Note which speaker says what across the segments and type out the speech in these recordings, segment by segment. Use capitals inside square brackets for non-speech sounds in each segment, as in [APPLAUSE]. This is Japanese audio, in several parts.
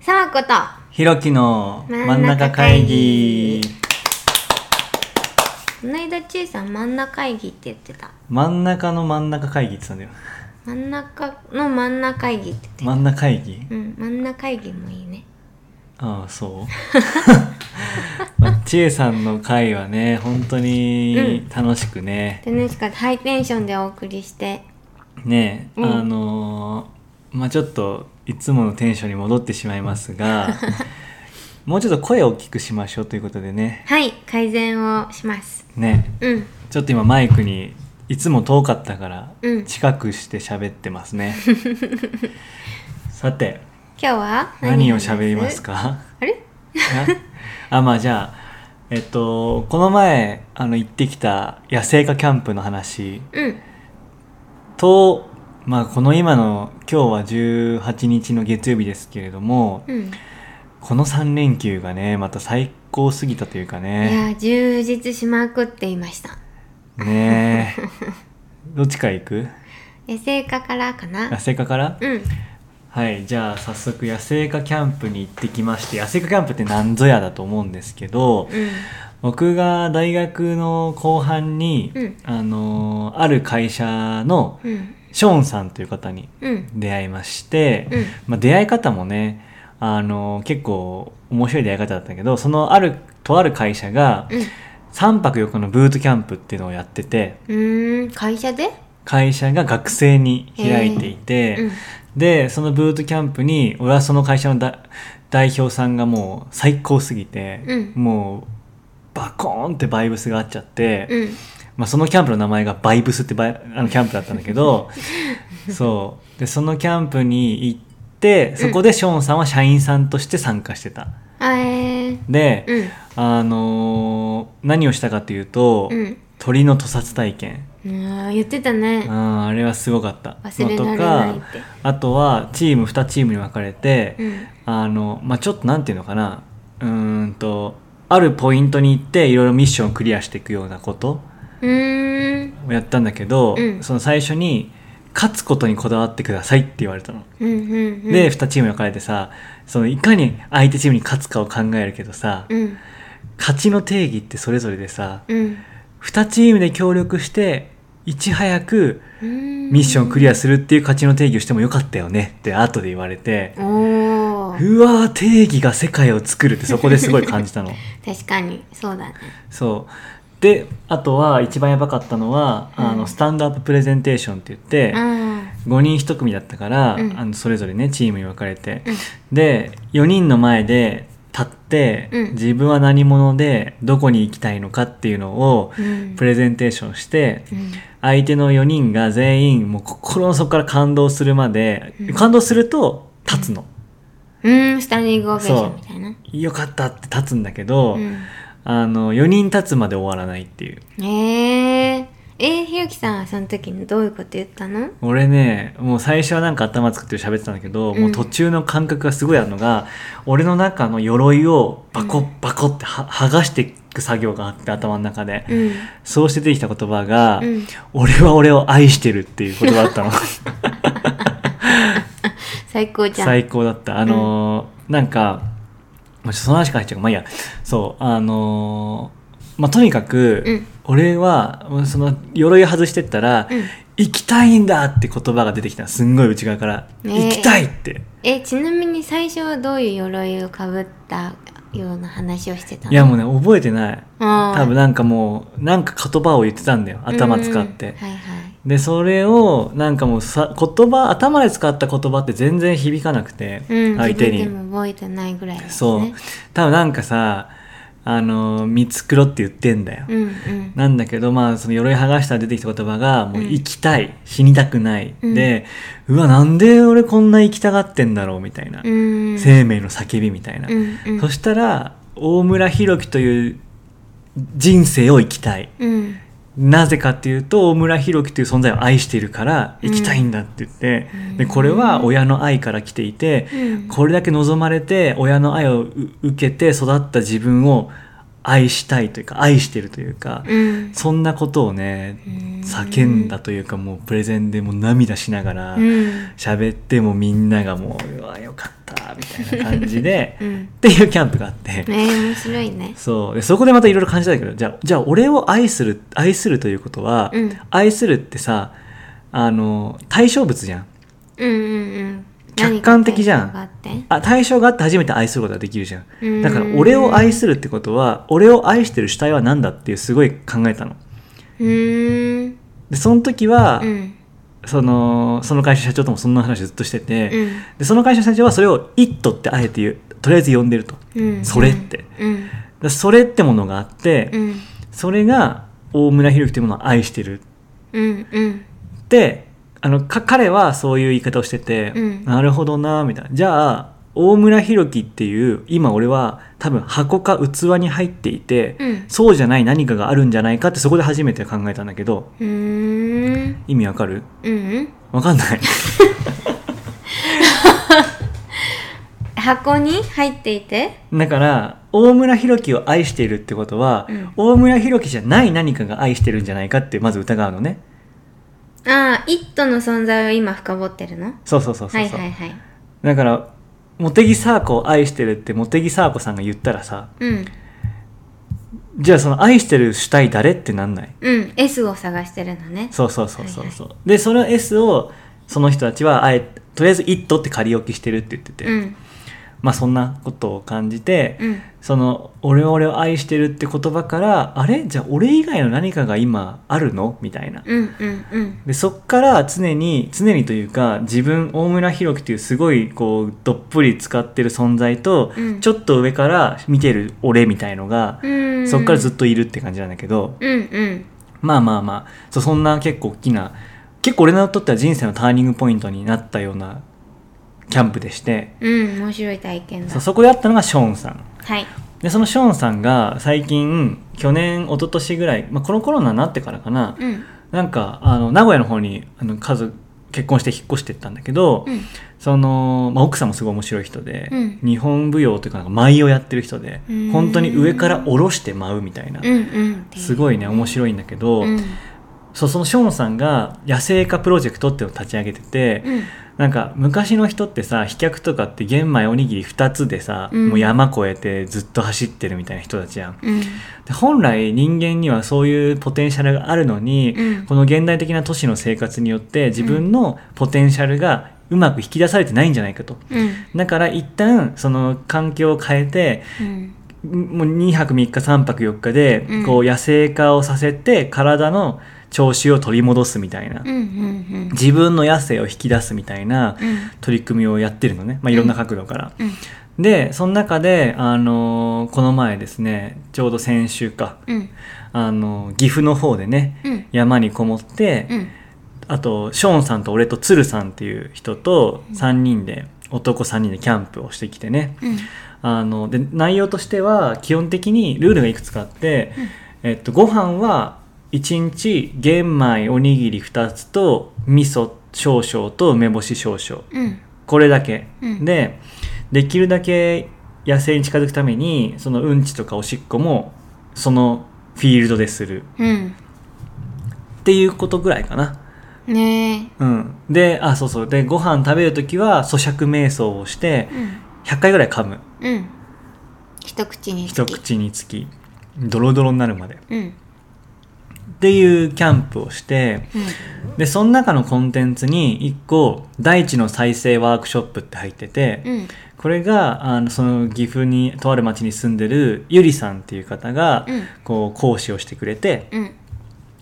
Speaker 1: さわこと
Speaker 2: ひろきの
Speaker 1: 真
Speaker 2: 真
Speaker 1: ん
Speaker 2: ん
Speaker 1: 中
Speaker 2: 中
Speaker 1: 会
Speaker 2: 会
Speaker 1: 議
Speaker 2: 議
Speaker 1: この間ちいさん真ん中会議って言ってた
Speaker 2: 真ん中の真ん中会議って言ってたんだよ
Speaker 1: 真ん中の真ん中会議って言っ
Speaker 2: 真ん中会議
Speaker 1: てうん真ん中会議もいいね
Speaker 2: ああそう [LAUGHS] まあちえさんの会はね本当に楽しくね、
Speaker 1: 楽しかったハイテンションでお送りして
Speaker 2: ね
Speaker 1: うん
Speaker 2: あのーまあちょっといつものテンションに戻ってしまいます [LAUGHS] がもうちょっと声を大きくしましょうということでね
Speaker 1: はい改善をします
Speaker 2: ね
Speaker 1: うん
Speaker 2: ちょっと今マイクにいつも遠かったから
Speaker 1: うん
Speaker 2: 近くして喋ってます [LAUGHS] ね、さて
Speaker 1: 今日は
Speaker 2: 何を喋りますか
Speaker 1: あれ
Speaker 2: [LAUGHS] あまあじゃあえっとこの前あの行ってきた野生化キャンプの話
Speaker 1: うん
Speaker 2: とまあこの今の今日は18日の月曜日ですけれども
Speaker 1: うん
Speaker 2: この3連休がねまた最高すぎたというか
Speaker 1: い
Speaker 2: ね
Speaker 1: や充実しまくっていました
Speaker 2: ねえどっちから行く
Speaker 1: 野生化からか
Speaker 2: 野
Speaker 1: な
Speaker 2: 生化から
Speaker 1: うん
Speaker 2: はいじゃあ早速野生化キャンプに行ってきまして野生化キャンプって何ぞやだと思うんですけど
Speaker 1: うん
Speaker 2: 僕が大学の後半に、
Speaker 1: うん
Speaker 2: あのーある会社の
Speaker 1: うん
Speaker 2: ショーンさんという方に
Speaker 1: うん
Speaker 2: 出会いまして、
Speaker 1: うん
Speaker 2: まあ、出会い方もね、あのー結構面白い出会い方だったけどそのあるとある会社が
Speaker 1: うん
Speaker 2: 3泊4日のブートキャンプっていうのをやってて
Speaker 1: うーん会社で
Speaker 2: 会社が学生に開いていて、
Speaker 1: うん
Speaker 2: でそのブートキャンプに俺はその会社のだ代表さんがもう最高すぎて、
Speaker 1: うん
Speaker 2: もうバコーンってバイブスがあっちゃって、
Speaker 1: うん
Speaker 2: まあ、そのキャンプの名前がバイブスってバイあのキャンプだったんだけ
Speaker 1: [LAUGHS]
Speaker 2: どそうでそのキャンプに行ってそこでショーンさんは社員さんとして参加してた。
Speaker 1: あえー
Speaker 2: で、
Speaker 1: うん
Speaker 2: あのー何をしたかというと、
Speaker 1: うん
Speaker 2: 鳥の屠殺体験
Speaker 1: うん言ってた
Speaker 2: う
Speaker 1: ね
Speaker 2: んあれはすごかった
Speaker 1: 忘れら
Speaker 2: の
Speaker 1: れ
Speaker 2: と
Speaker 1: ない
Speaker 2: か
Speaker 1: って
Speaker 2: あとはチーム2チームに分かれて、
Speaker 1: うん
Speaker 2: あの、まあ、ちょっとなんていうのかな、うーんと、あるポイントに行っていろいろミッションをクリアしていくようなこと
Speaker 1: うーん
Speaker 2: をやったんだけど、
Speaker 1: うん
Speaker 2: その最初に、勝つことにこだわってくださいって言われたの。
Speaker 1: うんうんうん
Speaker 2: で、2チームに分かれてさ、そのいかに相手チームに勝つかを考えるけどさ、
Speaker 1: うん
Speaker 2: 勝ちの定義ってそれぞれでさ、
Speaker 1: うん
Speaker 2: 2チームで協力して、いち早くミ
Speaker 1: ミ
Speaker 2: ッションをクリアするっていう勝ちの定義をしてもよかったよねって後で言われて、
Speaker 1: おー
Speaker 2: うわー定義が世界を作るってそこですごい感じたの
Speaker 1: 確かにそうだね
Speaker 2: そうであとは一番やばかったのは、
Speaker 1: うん
Speaker 2: あのスタンドアッププレゼンテーションって言って、
Speaker 1: あ
Speaker 2: 5人1組だったから、
Speaker 1: うん
Speaker 2: あのそれぞれねチームに分かれて、
Speaker 1: うん
Speaker 2: で4人の前で立って、
Speaker 1: うん
Speaker 2: 自分は何者でどこに行きたいのかっていうのを
Speaker 1: ーうん
Speaker 2: プレゼンテーションして、
Speaker 1: うん
Speaker 2: 相手の4人が全員もう心の底から感動するまで、
Speaker 1: うん
Speaker 2: 感動すると立つの、
Speaker 1: うんスタンディングオベーションみたいな
Speaker 2: よかったって立つんだけど、
Speaker 1: うん
Speaker 2: あの4人立つまで終わらないっていう
Speaker 1: えーえーひろきさんはその時にどういうこと言ったの
Speaker 2: 俺ねもう最初はなんか頭作って喋ってたんだけど、
Speaker 1: うん
Speaker 2: もう途中の感覚がすごいあるのが俺の中の鎧をバコッバコっては剥がしていく作業があって頭の中で、
Speaker 1: うん
Speaker 2: そうして出てきた言葉が、
Speaker 1: うん
Speaker 2: 俺は俺を愛してるっていう言葉
Speaker 1: [LAUGHS]
Speaker 2: だったの
Speaker 1: 最高じゃん
Speaker 2: 最高だったあのーなんかもうちょっとその話から入っちゃうかまあいいやそうあのーまあとにかく、
Speaker 1: うん
Speaker 2: 俺はもうその鎧を外してったら、
Speaker 1: うん
Speaker 2: 行きたいんだって言葉が出てきたすんごい内側から、
Speaker 1: ねえ
Speaker 2: 行きたいって
Speaker 1: えちなみに最初はどういう鎧をかぶったような話をしてたの
Speaker 2: いやもうね覚えてない
Speaker 1: 多
Speaker 2: 多分なんかもうなんか言葉を言ってたんだよ頭使って、
Speaker 1: はいはい
Speaker 2: でそれをなんかもうさ言葉頭で使った言葉って全然響かなくて、
Speaker 1: うん、
Speaker 2: 相手に
Speaker 1: 自分でも覚えてないぐらいです
Speaker 2: そう
Speaker 1: ね
Speaker 2: 多分なんかさあのー「見繕って言ってんだよ、
Speaker 1: うんうん
Speaker 2: なんだけど、まあ、その鎧剥がしたら出てきた言葉が、もう
Speaker 1: うん
Speaker 2: 行きたい、死にたくない、
Speaker 1: うん
Speaker 2: で、うわ、なんで俺こんな行きたがってんだろうみたいな、
Speaker 1: うん
Speaker 2: 生命の叫びみたいな。
Speaker 1: うんうん
Speaker 2: そしたら、大村博樹という人生を生きたい。
Speaker 1: うん
Speaker 2: なぜかっていうと、大村博樹という存在を愛しているから、生きたいんだって言って、
Speaker 1: うん
Speaker 2: で、これは親の愛から来ていて、
Speaker 1: うん
Speaker 2: これだけ望まれて、親の愛をう受けて育った自分を愛したいというか愛してるというか、
Speaker 1: うん
Speaker 2: そんなことをね
Speaker 1: うん
Speaker 2: 叫んだというかもうプレゼンでもう涙しながら
Speaker 1: うん、
Speaker 2: 喋ってもみんながもう「うわよかった」みたいな感じで
Speaker 1: うん
Speaker 2: っていうキャンプがあって
Speaker 1: え。ー、面白いね
Speaker 2: そうでそこでまたいろいろ感じたけどじゃあじゃあ俺を愛する愛するということは、
Speaker 1: うん
Speaker 2: 愛するってさあの対象物じゃん
Speaker 1: うんうんうん
Speaker 2: 客観的じゃん
Speaker 1: 何か対象があっ
Speaker 2: あ対象があって初めて愛することができるじゃ
Speaker 1: うんん
Speaker 2: だから俺を愛するってことは俺を愛してる主体は何だっていうすごい考えたの
Speaker 1: てうーん
Speaker 2: でその時は、
Speaker 1: うん
Speaker 2: そのその会社社長ともそんな話ずっとしてて、
Speaker 1: うん
Speaker 2: でその会社社長はそれを「イット」ってあえて言うとりあえず呼んでると
Speaker 1: うん
Speaker 2: それって
Speaker 1: うん
Speaker 2: だそれってものがあって、
Speaker 1: うん
Speaker 2: それが大村ひ樹というものを愛してる
Speaker 1: うんうん
Speaker 2: であのか彼はそういう言い方をしてて、
Speaker 1: うん
Speaker 2: なるほどなみたいなじゃあ大村ひ樹っていう今俺は多分箱か器に入っていて、
Speaker 1: うん
Speaker 2: そうじゃない何かがあるんじゃないかってそこで初めて考えたんだけど
Speaker 1: うーん
Speaker 2: 意味わかる
Speaker 1: うん
Speaker 2: わかんない [LAUGHS]
Speaker 1: 箱に入っていて
Speaker 2: だから大村ひ樹を愛しているってことは、
Speaker 1: うん
Speaker 2: 大村ひ樹じゃない何かが愛してるんじゃないかってまず疑うのね
Speaker 1: ああ「イット!」の存在を今深掘ってるの
Speaker 2: そうそうそうそうそう、
Speaker 1: はいはいはい
Speaker 2: だから茂木サー子を愛してるって茂木サー子さんが言ったらさ
Speaker 1: うん
Speaker 2: じゃあその愛してる主体誰ってなんない
Speaker 1: うん S を探してるのね
Speaker 2: そうそうそうそうそう、でその S をその人たちはあえとりあえず「イット!」って仮置きしてるって言ってて、
Speaker 1: うん
Speaker 2: まあそんなことを感じて、
Speaker 1: うん
Speaker 2: その「俺は俺を愛してる」って言葉からあれじゃあ俺以外の何かが今あるのみたいな、
Speaker 1: うんうんうん
Speaker 2: でそっから常に常にというか自分大村博樹というすごいこうどっぷり使ってる存在と、
Speaker 1: うん
Speaker 2: ちょっと上から見てる俺みたいのが、
Speaker 1: うん
Speaker 2: そっからずっといるって感じなんだけど、
Speaker 1: うんうん
Speaker 2: まあまあまあそうそんな結構大きな結構俺にとっては人生のターニングポイントになったようなキャンプでして、
Speaker 1: うん面白い体験だ
Speaker 2: そうそこで会ったのがショーンさん
Speaker 1: はい
Speaker 2: でそのショーンさんが最近去年一昨年ぐらい、まあ、このコロナになってからかな、
Speaker 1: うん
Speaker 2: なんかあの名古屋の方にあの家族結婚して引っ越してったんだけど、
Speaker 1: うん
Speaker 2: その、まあ、奥さんもすごい面白い人で、
Speaker 1: うん
Speaker 2: 日本舞踊というかなんか舞をやってる人で
Speaker 1: うーん
Speaker 2: 本当に上から下ろして舞うみたいな、
Speaker 1: うんうん
Speaker 2: すごいね面白いんだけど、
Speaker 1: うん
Speaker 2: そうそのショーンさんが野生化プロジェクトっていうのを立ち上げてて、
Speaker 1: うん
Speaker 2: なんか昔の人ってさ飛脚とかって玄米おにぎり2つでさ、
Speaker 1: うん
Speaker 2: もう山越えてずっと走ってるみたいな人たちじゃん。
Speaker 1: うん
Speaker 2: で本来人間にはそういうポテンシャルがあるのに、
Speaker 1: うん
Speaker 2: この現代的な都市の生活によって自分のポテンシャルがうまく引き出されてないんじゃないかと。
Speaker 1: うん
Speaker 2: だから一旦その環境を変えて
Speaker 1: うん
Speaker 2: もう2泊3日3泊4日で
Speaker 1: うん
Speaker 2: こう野生化をさせて体の調子を取り戻すみたいな、
Speaker 1: うんうん
Speaker 2: 自分の野生を引き出すみたいな
Speaker 1: うん
Speaker 2: 取り組みをやってるのね、まあ、いろんな角度から。
Speaker 1: うん
Speaker 2: でその中で、あのーこの前ですねちょうど先週か
Speaker 1: うん
Speaker 2: あの岐阜の方でね
Speaker 1: うん
Speaker 2: 山にこもって、
Speaker 1: うん
Speaker 2: あとショーンさんと俺とツルさんっていう人と3人で、男3人でキャンプをしてきてね
Speaker 1: うん
Speaker 2: あので内容としては基本的にルールがいくつかあって、えっと、ご飯は1日玄米おにぎり2つと味噌少々と梅干し少々
Speaker 1: うん
Speaker 2: これだけ、
Speaker 1: うん
Speaker 2: でできるだけ野生に近づくためにそのうんちとかおしっこもそのフィールドでする
Speaker 1: うん
Speaker 2: っていうことぐらいかな。
Speaker 1: ね
Speaker 2: うん。で、あ、そうそう。で、ご飯食べるときは咀嚼瞑想をして
Speaker 1: え、うん
Speaker 2: 100回ぐらい噛む。
Speaker 1: うん一口に
Speaker 2: 一
Speaker 1: つき
Speaker 2: 口につき、ドロドロになるまで。っ
Speaker 1: うん
Speaker 2: ていうキャンプをして、
Speaker 1: うん
Speaker 2: で、その中のコンテンツに1個、大地の再生ワークショップって入ってて、
Speaker 1: うん
Speaker 2: これが、あの、その岐阜に、とある町に住んでるゆりさんっていう方が、
Speaker 1: うん
Speaker 2: こう、講師をしてくれて、
Speaker 1: うん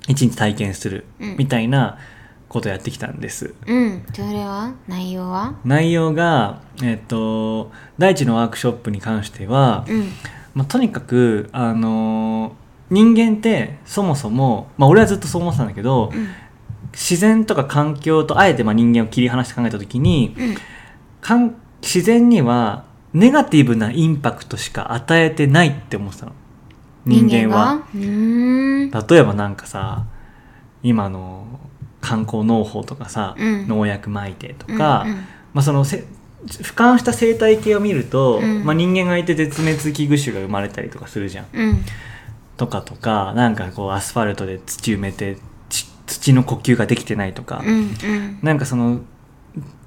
Speaker 2: 1日体験する
Speaker 1: うん、
Speaker 2: みたいなことをやってきたんです。
Speaker 1: うんそれは内容は
Speaker 2: 内容が、えっと、大地のワークショップに関しては、
Speaker 1: うん
Speaker 2: まあ、とにかく、あのー人間ってそもそも、まあ、俺はずっとそう思ってたんだけど、
Speaker 1: うん
Speaker 2: 自然とか環境とあえてまあ人間を切り離して考えた時に
Speaker 1: うん
Speaker 2: かん自然にはネガティブなインパクトしか与えてないって思ってたの人間は。
Speaker 1: うーん
Speaker 2: 例えばなんかさ今の観光農法とかさ、
Speaker 1: うん
Speaker 2: 農薬まいてとか、
Speaker 1: うんうん
Speaker 2: まあ、そのせ俯瞰した生態系を見ると、
Speaker 1: うん
Speaker 2: まあ、人間がいて絶滅危惧種が生まれたりとかするじゃん。
Speaker 1: うん
Speaker 2: とかとかなんかこうアスファルトで土埋めてち土の呼吸ができてないとか、
Speaker 1: うんうん
Speaker 2: なんかその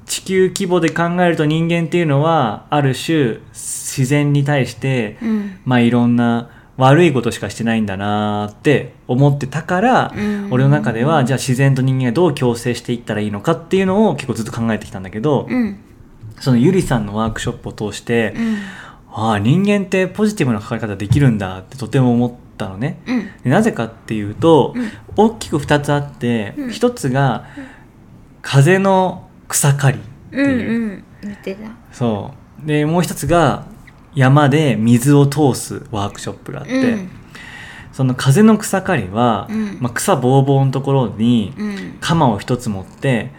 Speaker 2: 地球規模で考えると人間っていうのはある種自然に対して、
Speaker 1: うん
Speaker 2: まあいろんな悪いことしかしてないんだなーって思ってたから、
Speaker 1: うん
Speaker 2: 俺の中ではじゃあ自然と人間がどう共生していったらいいのかっていうのを結構ずっと考えてきたんだけど、
Speaker 1: うん
Speaker 2: そのゆりさんのワークショップを通して、
Speaker 1: うん
Speaker 2: ああ人間ってポジティブな関わり方できるんだってとても思ったのね。
Speaker 1: うん
Speaker 2: でなぜかっていうと、
Speaker 1: うん
Speaker 2: 大きく2つあって、
Speaker 1: うん
Speaker 2: 1つが風の草刈りって
Speaker 1: う
Speaker 2: いう、
Speaker 1: んうん見てた
Speaker 2: そうでもう1つが山で水を通すワークショップがあって、
Speaker 1: うん
Speaker 2: その風の草刈りは、
Speaker 1: うん
Speaker 2: まあ、草ぼうぼうのところに
Speaker 1: うん
Speaker 2: 鎌を1つ持って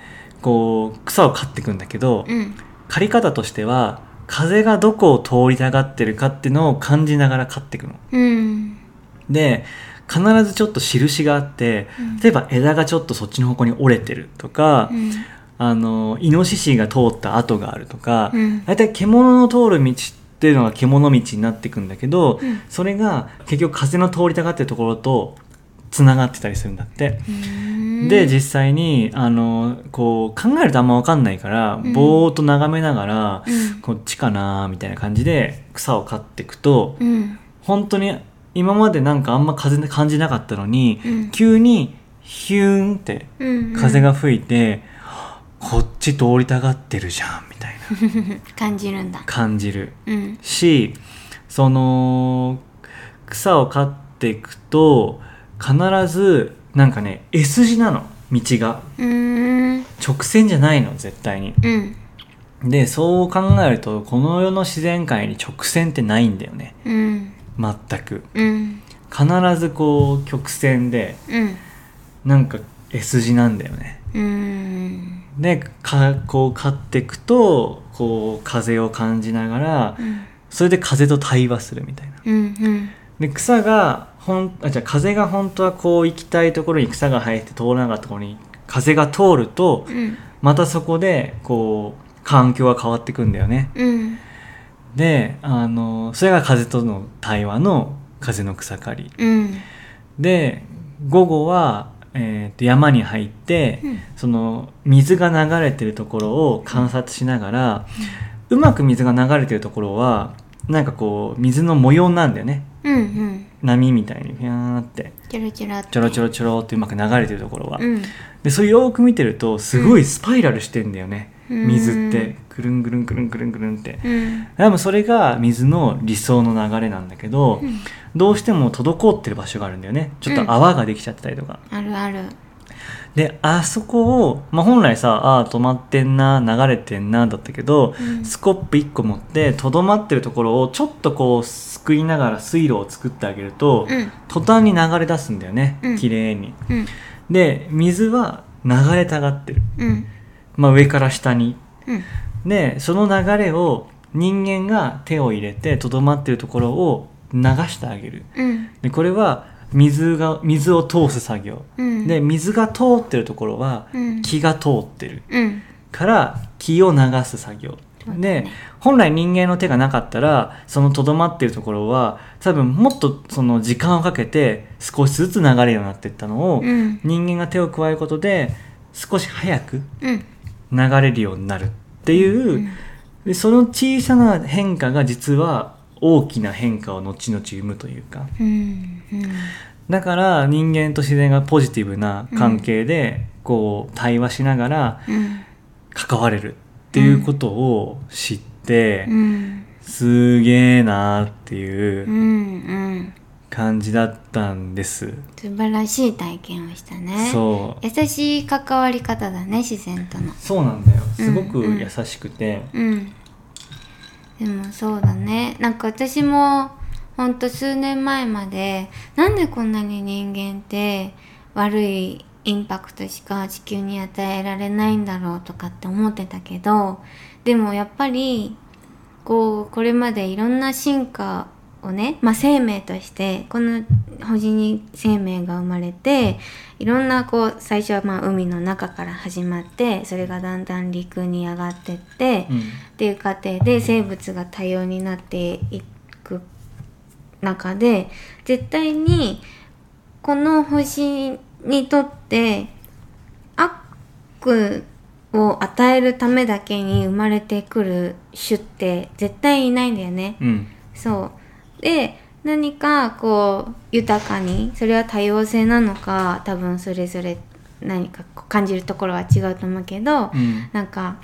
Speaker 2: こう草を刈っていくんだけど、
Speaker 1: うん
Speaker 2: 刈り方としては風がどこを通りたがってるかっていうのを感じながら刈っていくの。
Speaker 1: うん
Speaker 2: で必ずちょっと印があって
Speaker 1: うん
Speaker 2: 例えば枝がちょっとそっちの方向に折れてるとか、
Speaker 1: うん
Speaker 2: あのイノシシが通った跡があるとか、
Speaker 1: うん
Speaker 2: 大体獣の通る道っていうのが獣道になっていくんだけど、
Speaker 1: うん
Speaker 2: それが結局風の通りたがってるところとつながってたりするんだって。
Speaker 1: うん
Speaker 2: で実際にあのこう考えるとあんま分かんないから、
Speaker 1: うん
Speaker 2: ぼーっと眺めながら、
Speaker 1: うん
Speaker 2: こっちかなーみたいな感じで草を刈っていくと、
Speaker 1: うん
Speaker 2: 本当に今までなんかあんま風感じなかったのに、
Speaker 1: うん
Speaker 2: 急にヒューンって
Speaker 1: うん
Speaker 2: 風が吹いて、こっち通りたがってるじゃんみたい
Speaker 1: [LAUGHS]
Speaker 2: な
Speaker 1: 感じるんだ
Speaker 2: 感じる
Speaker 1: うん
Speaker 2: しその草を刈っていくと必ずなんかね S 字なの道が
Speaker 1: うーん
Speaker 2: 直線じゃないの絶対に
Speaker 1: うん
Speaker 2: でそう考えるとこの世の自然界に直線ってないんだよね
Speaker 1: うん
Speaker 2: 全く
Speaker 1: うん
Speaker 2: 必ずこう曲線で
Speaker 1: うん
Speaker 2: なんか S 字なんだよね
Speaker 1: うん
Speaker 2: でかこう買っていくとこう風を感じながら
Speaker 1: うん
Speaker 2: それで風と対話するみたいな
Speaker 1: うんうん
Speaker 2: で草がほんあじゃあ風が本当はこう行きたいところに草が生えて通らなかったところに風が通ると
Speaker 1: うん
Speaker 2: またそこでこう環境が変わってくんだよね
Speaker 1: うん
Speaker 2: であのそれが風との対話の風の草刈り
Speaker 1: うん
Speaker 2: で午後は、えーと山に入って、
Speaker 1: うん
Speaker 2: その水が流れてるところを観察しながら、うまく水が流れてるところはなんかこう水の模様なんだよね
Speaker 1: うんうん
Speaker 2: 波みたいにフィャーって
Speaker 1: ちょろちょろっと
Speaker 2: ちょろちょろちょろってうまく流れてるところは、
Speaker 1: うん
Speaker 2: でそれよく見てるとすごいスパイラルしてんだよね、
Speaker 1: うん
Speaker 2: 水ってくるんぐるんぐるんぐるんぐるんって、
Speaker 1: うん
Speaker 2: でもそれが水の理想の流れなんだけど、
Speaker 1: うん
Speaker 2: どうしても滞ってる場所があるんだよねちょっと泡ができちゃったりとか、
Speaker 1: あるある
Speaker 2: であそこを、まあ、本来さああ止まってんな流れてんなだったけど、
Speaker 1: うん
Speaker 2: スコップ1個持ってとどまってるところをちょっとこうすくいながら水路を作ってあげると、
Speaker 1: うん
Speaker 2: 途端に流れ出すんだよね、
Speaker 1: うん
Speaker 2: 綺麗に
Speaker 1: うん
Speaker 2: で水は流れたがってる、
Speaker 1: うん
Speaker 2: まあ、上から下に
Speaker 1: うん
Speaker 2: でその流れを人間が手を入れてとどまってるところを流してあげる
Speaker 1: うん
Speaker 2: でこれは水が水を通す作業
Speaker 1: うん
Speaker 2: で水が通ってるところは
Speaker 1: うん
Speaker 2: 気が通ってる
Speaker 1: うん
Speaker 2: から気を流す作業
Speaker 1: そうだね
Speaker 2: で本来人間の手がなかったらそのとどまってるところは多分もっとその時間をかけて少しずつ流れるようになっていったのを
Speaker 1: うん
Speaker 2: 人間が手を加えることで少し早く
Speaker 1: うん
Speaker 2: 流れるようになるっていう、
Speaker 1: うん
Speaker 2: でその小さな変化が実は大きな変化を後々生むというか
Speaker 1: うん
Speaker 2: だから人間と自然がポジティブな関係でこう対話しながら
Speaker 1: うん
Speaker 2: 関われるっていうことを知って、
Speaker 1: うん
Speaker 2: すげえなーってい
Speaker 1: うんう
Speaker 2: うん感じだったんです、
Speaker 1: 素晴らしい体験をしたね
Speaker 2: そう
Speaker 1: 優しい関わり方だね自然との
Speaker 2: そうなんだよすごく
Speaker 1: うんうん
Speaker 2: 優しくて
Speaker 1: うんでもそうだねなんか私もほんと数年前までなんでこんなに人間って悪いインパクトしか地球に与えられないんだろうとかって思ってたけどでもやっぱりこうこれまでいろんな進化をね、まあ、生命としてこの星に生命が生まれていろんなこう最初はまあ海の中から始まってそれがだんだん陸に上がってって、
Speaker 2: うん
Speaker 1: っていう過程で生物が多様になっていく中で絶対にこの星にとって悪を与えるためだけに生まれてくる種って絶対いないんだよね。
Speaker 2: うん
Speaker 1: そうで何かこう豊かにそれは多様性なのか多分それぞれ何かこう感じるところは違うと思うけど、
Speaker 2: うん
Speaker 1: なんか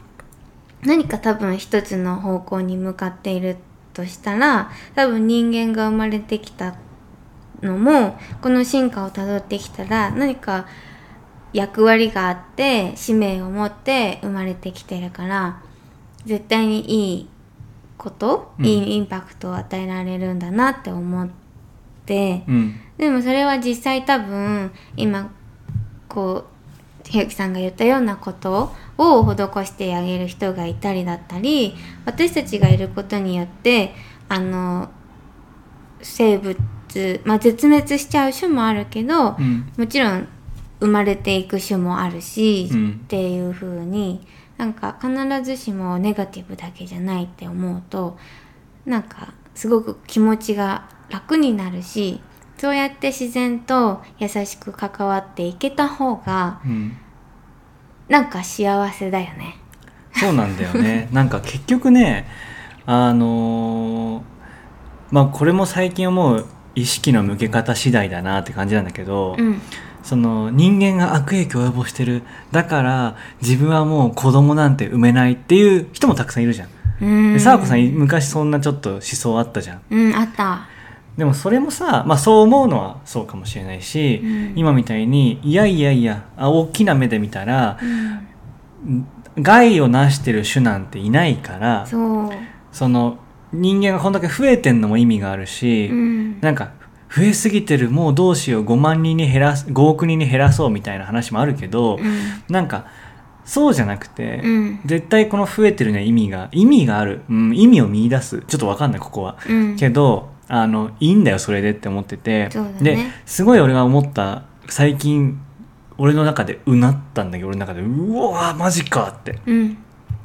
Speaker 1: 何か多分一つの方向に向かっているとしたら多分人間が生まれてきたのもこの進化をたどってきたら何か役割があって使命を持って生まれてきてるから絶対にいいこと、
Speaker 2: うん
Speaker 1: いいインパクトを与えられるんだなって思って。
Speaker 2: うん
Speaker 1: でもそれは実際多分今こうひゆきさんが言ったようなことを施してあげる人がいたりだったり私たちがいることによってあの生物、まあ、絶滅しちゃう種もあるけど、
Speaker 2: うん
Speaker 1: もちろん生まれていく種もあるし、
Speaker 2: うん
Speaker 1: っていう風になんか必ずしもネガティブだけじゃないって思うとなんかすごく気持ちが楽になるしそうやって自然と優しく関わっていけた方が
Speaker 2: うん
Speaker 1: なんか幸せだよね。
Speaker 2: そうなんだよ [LAUGHS] ねなんか結局ねあのーまあこれも最近思う意識の向け方次第だなって感じなんだけど、
Speaker 1: うん、
Speaker 2: その人間が悪影響を及ぼしてるだから自分はもう子供なんて産めないっていう人もたくさんいるじゃん。
Speaker 1: うん
Speaker 2: でさあこさんい昔そんなちょっと思想あったじゃん。
Speaker 1: うんあった。
Speaker 2: でもそれもさ、まあ、そう思うのはそうかもしれないし、
Speaker 1: うん
Speaker 2: 今みたいにいやいやいやあ大きな目で見たら
Speaker 1: うん、
Speaker 2: 害をなしてる種なんていないからそ
Speaker 1: そう、
Speaker 2: の人間がこんだけ増えてんのも意味があるし、
Speaker 1: うん、
Speaker 2: なんか増えすぎてるもうどうしよう5万人に減らす5億人に減らそうみたいな話もあるけど、なんかそうじゃなくて、
Speaker 1: うん
Speaker 2: 絶対この増えてるには意味が意味がある、うん、意味を見出すちょっとわかんないここは。
Speaker 1: うん、
Speaker 2: けどあのいいんだよそれでって思ってて、
Speaker 1: そうだね
Speaker 2: ですごい俺が思った最近俺の中でうなったんだけど俺の中でうわーマジかって
Speaker 1: うん、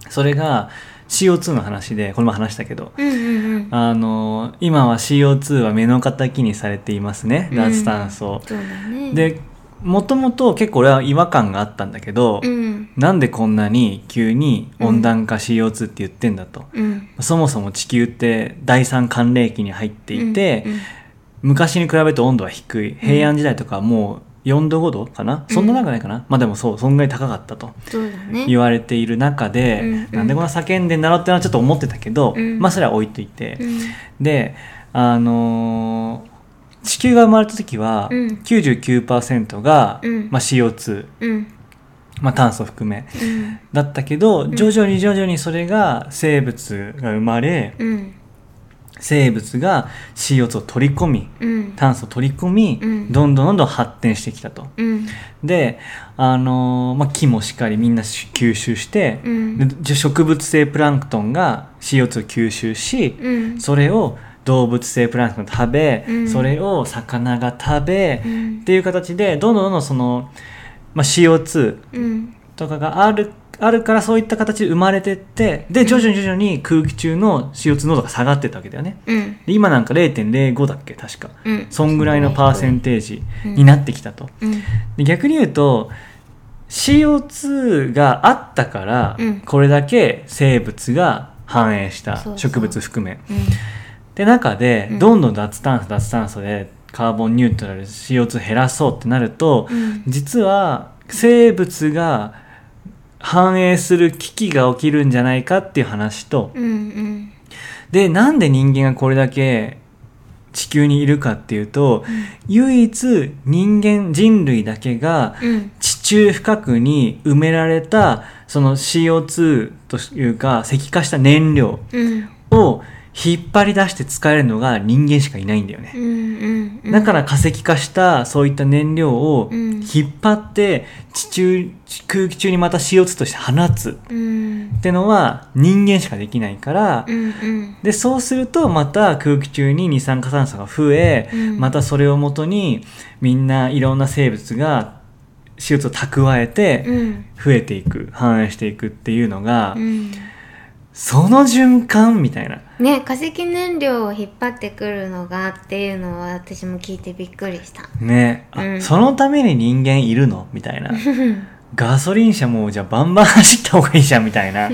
Speaker 2: それが CO2 の話でこれも話したけど
Speaker 1: うんうんうん、
Speaker 2: あの今は CO2 は目の敵にされていますね
Speaker 1: うん
Speaker 2: 脱炭素、
Speaker 1: そうだね。、
Speaker 2: でもともと結構俺は違和感があったんだけど、
Speaker 1: うん、
Speaker 2: なんでこんなに急に温暖化 CO2 って言ってんだと、
Speaker 1: うん、
Speaker 2: そもそも地球って第三寒冷期に入っていて、
Speaker 1: うんうん
Speaker 2: 昔に比べると温度は低い平安時代とかはもう4度5度かな、
Speaker 1: うん
Speaker 2: そんな高ないかなまあでもそうそんぐらい高かったと
Speaker 1: そうだね。
Speaker 2: 言われている中で、
Speaker 1: うんうん
Speaker 2: なんでこんな叫んでんだろうってのはちょっと思ってたけど、
Speaker 1: うん
Speaker 2: まあそれは置いといて、
Speaker 1: うん
Speaker 2: であのー地球が生まれた時は
Speaker 1: うん
Speaker 2: 99%が、
Speaker 1: うん
Speaker 2: まあ、CO2、
Speaker 1: うん
Speaker 2: まあ、炭素含め
Speaker 1: うん
Speaker 2: だったけど
Speaker 1: ん
Speaker 2: 徐々に徐々にそれが生物が生まれ
Speaker 1: うん
Speaker 2: 生物が CO2 を取り込み
Speaker 1: うん
Speaker 2: 炭素を取り込み、
Speaker 1: うん
Speaker 2: どんどんどんどん発展してきたと。
Speaker 1: うん
Speaker 2: で、あのーまあ、木もしっかりみんなし吸収して、
Speaker 1: うん
Speaker 2: でじゃ植物性プランクトンが CO2 を吸収し、
Speaker 1: うん
Speaker 2: それを動物性プランクトンが食べ、
Speaker 1: うん
Speaker 2: それを魚が食べ、
Speaker 1: う
Speaker 2: っ
Speaker 1: ん
Speaker 2: ていう形でどんどんどんどんその、まあ、CO2
Speaker 1: うん
Speaker 2: とかがあるあるからそういった形で生まれてってで徐々に徐々に空気中の CO2 濃度が下がってったわけだよね。
Speaker 1: うん
Speaker 2: で今なんか0.05だっけ確か
Speaker 1: うん
Speaker 2: そんぐらいのパーセンテージ
Speaker 1: うん
Speaker 2: になってきたと、
Speaker 1: うん
Speaker 2: で逆に言うと CO2 があったから、
Speaker 1: うん
Speaker 2: これだけ生物が繁栄した
Speaker 1: そうそう
Speaker 2: 植物含め
Speaker 1: うん
Speaker 2: で中で
Speaker 1: うん
Speaker 2: どんどん脱炭素脱炭素でカーボンニュートラル CO2 減らそうってなると、
Speaker 1: うん
Speaker 2: 実は生物が繁栄する危機が起きるんじゃないかっていう話と、
Speaker 1: うん
Speaker 2: でなんで人間がこれだけ地球にいるかっていうと唯一人間人類だけが
Speaker 1: うん
Speaker 2: 地中深くに埋められたその CO2 というか石化した燃料
Speaker 1: うん
Speaker 2: を引っ張り出して使えるのが人間しかいないんだよね
Speaker 1: う、んうんうん
Speaker 2: だから化石化したそういった燃料を
Speaker 1: うん
Speaker 2: 引っ張って地中空気中にまた CO2 として放つ
Speaker 1: うん
Speaker 2: ってのは人間しかできないから、
Speaker 1: うんうん
Speaker 2: でそうするとまた空気中に二酸化炭素が増え、
Speaker 1: うん
Speaker 2: またそれをもとにみんないろんな生物が CO2 を蓄えて
Speaker 1: うん
Speaker 2: 増えていく繁栄していくっていうのが、
Speaker 1: うん
Speaker 2: その循環みたいな
Speaker 1: ね化石燃料を引っ張ってくるのがっていうのは私も聞いてびっくりした
Speaker 2: ねあ、
Speaker 1: うん
Speaker 2: そのために人間いるのみたいな
Speaker 1: うん
Speaker 2: ガソリン車もじゃあバンバン走った方がいいじゃんみ
Speaker 1: [LAUGHS]
Speaker 2: たいな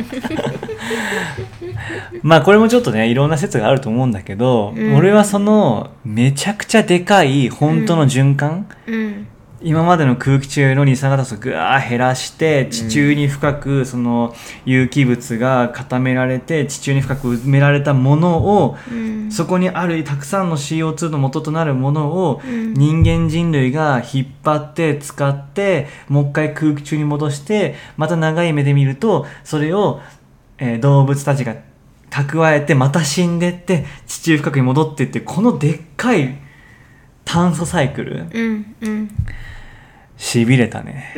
Speaker 2: まあこれもちょっとねいろんな説があると思うんだけど、
Speaker 1: うん
Speaker 2: 俺はそのめちゃくちゃでかい本当の循環、
Speaker 1: うん
Speaker 2: 今までの空気中の二酸化炭素をぐわー減らして地中に深くその有機物が固められて地中に深く埋められたものを
Speaker 1: うん
Speaker 2: そこにあるたくさんの CO2 の元となるものを
Speaker 1: うん
Speaker 2: 人間人類が引っ張って使ってもう一回空気中に戻してまた長い目で見るとそれを、えー動物たちが蓄えてまた死んでって地中深くに戻ってってこのでっかい炭素サイクル
Speaker 1: うんうん
Speaker 2: しびれ
Speaker 1: [LAUGHS]
Speaker 2: たね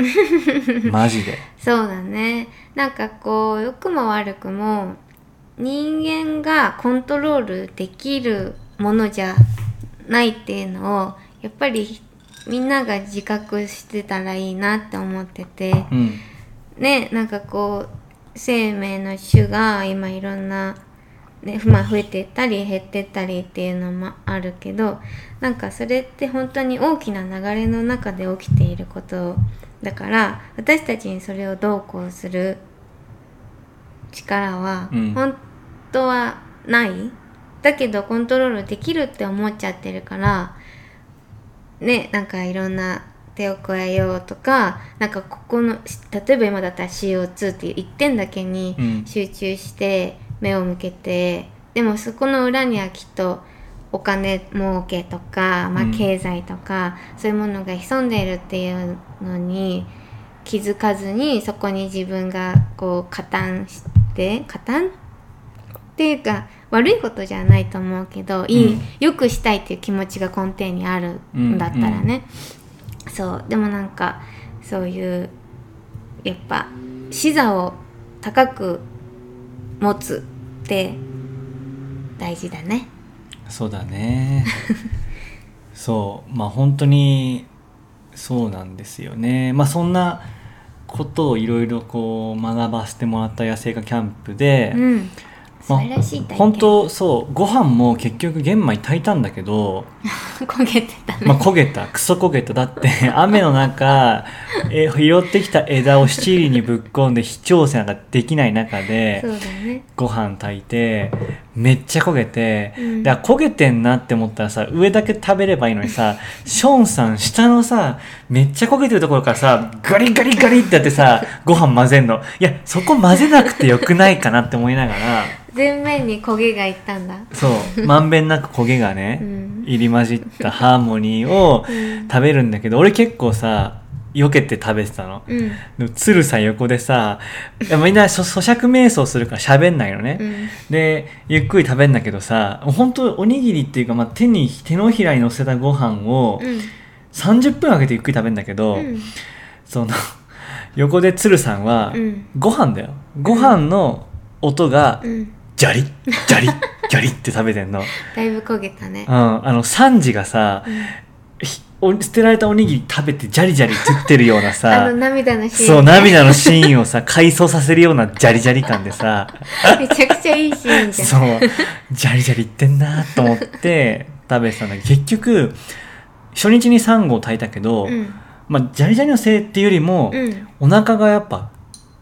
Speaker 2: マジで
Speaker 1: そうだねなんかこう良くも悪くも人間がコントロールできるものじゃないっていうのをやっぱりみんなが自覚してたらいいなって思ってて
Speaker 2: うん
Speaker 1: ねなんかこう生命の種が今いろんな、ねまあ、増えてったり減ってったりっていうのもあるけどなんかそれって本当に大きな流れの中で起きていることだから私たちにそれをどうこうする力は
Speaker 2: うん
Speaker 1: 本当はない、だけどコントロールできるって思っちゃってるからねなんかいろんな手を加えようとかなんかここのし例えば今だったら CO2 っていう一点だけ
Speaker 2: う
Speaker 1: に
Speaker 2: ん
Speaker 1: 集中して目を向けて、でもそこの裏にはきっとお金儲けとか、まあ
Speaker 2: うん、
Speaker 1: 経済とか、そういうものが潜んでいるっていうのに気づかずにそこに自分がこう加担して加担っていうか悪いことじゃないと思うけどいい、
Speaker 2: うん
Speaker 1: よくしたいっていう気持ちが根底にあるんだったらね、そうでもなんかそういうやっぱ視座を高く持つって大事だね
Speaker 2: そうだねそうまあ本当にそうなんですよねまあそんなことをいろいろこう学ばせてもらった野生化キャンプで、
Speaker 1: うん素
Speaker 2: まあ
Speaker 1: 晴らしい体験
Speaker 2: 本当そうご飯も結局玄米炊いたんだ
Speaker 1: [LAUGHS]
Speaker 2: けど、
Speaker 1: [LAUGHS] 焦げてた
Speaker 2: まあ、焦げたクソ焦げただって [LAUGHS] 雨の中え拾ってきた枝を七里にぶっこんで非調整なんかできない中で
Speaker 1: そうだね
Speaker 2: ご飯炊いてめっちゃ焦げて、
Speaker 1: うん
Speaker 2: だから焦げてんなって思ったらさ上だけ食べればいいのにさショーンさん下のさめっちゃ焦げてるところからさガリガリガリってやってさご飯混ぜんのいやそこ混ぜなくてよくないかなって思いながら
Speaker 1: 全面に焦げがいったんだ
Speaker 2: そうまんべんなく焦げがね、
Speaker 1: うん
Speaker 2: 入り混じったハーモニーを
Speaker 1: うん
Speaker 2: 食べるんだけど俺結構さ避けて食べてたの。
Speaker 1: うん
Speaker 2: でも鶴さん横でさいやみんなそ咀嚼瞑想するから喋んないのね、
Speaker 1: うん
Speaker 2: でゆっくり食べんだけどさ本当おにぎりっていうか、まあ、手に手のひらに乗せたご飯を
Speaker 1: うん
Speaker 2: 30分あげてゆっくり食べんだけど、
Speaker 1: うん
Speaker 2: その [LAUGHS] 横で鶴さんは、
Speaker 1: うん
Speaker 2: ご飯だよご飯の音が、
Speaker 1: うん
Speaker 2: ジャリッジャリッジャリッって食べてん
Speaker 1: [LAUGHS]
Speaker 2: の、
Speaker 1: だいぶ焦げたね
Speaker 2: うん、あのサンジがさ、ひお捨てられたおにぎり食べてジャリジャリ食ってるような
Speaker 1: あ
Speaker 2: さ
Speaker 1: の涙のシーン
Speaker 2: そう涙のシーンをさ [LAUGHS] 回想させるようなジャリジャリ感でさ
Speaker 1: [LAUGHS] めちゃくちゃいいシーンじゃん
Speaker 2: そうジャリジャリいってんなと思って食べてたんだけど結局初日にサンゴを炊いたけど、
Speaker 1: うん
Speaker 2: まあ、ジャリジャリのせいっていうよりも、
Speaker 1: うん
Speaker 2: お腹がやっぱ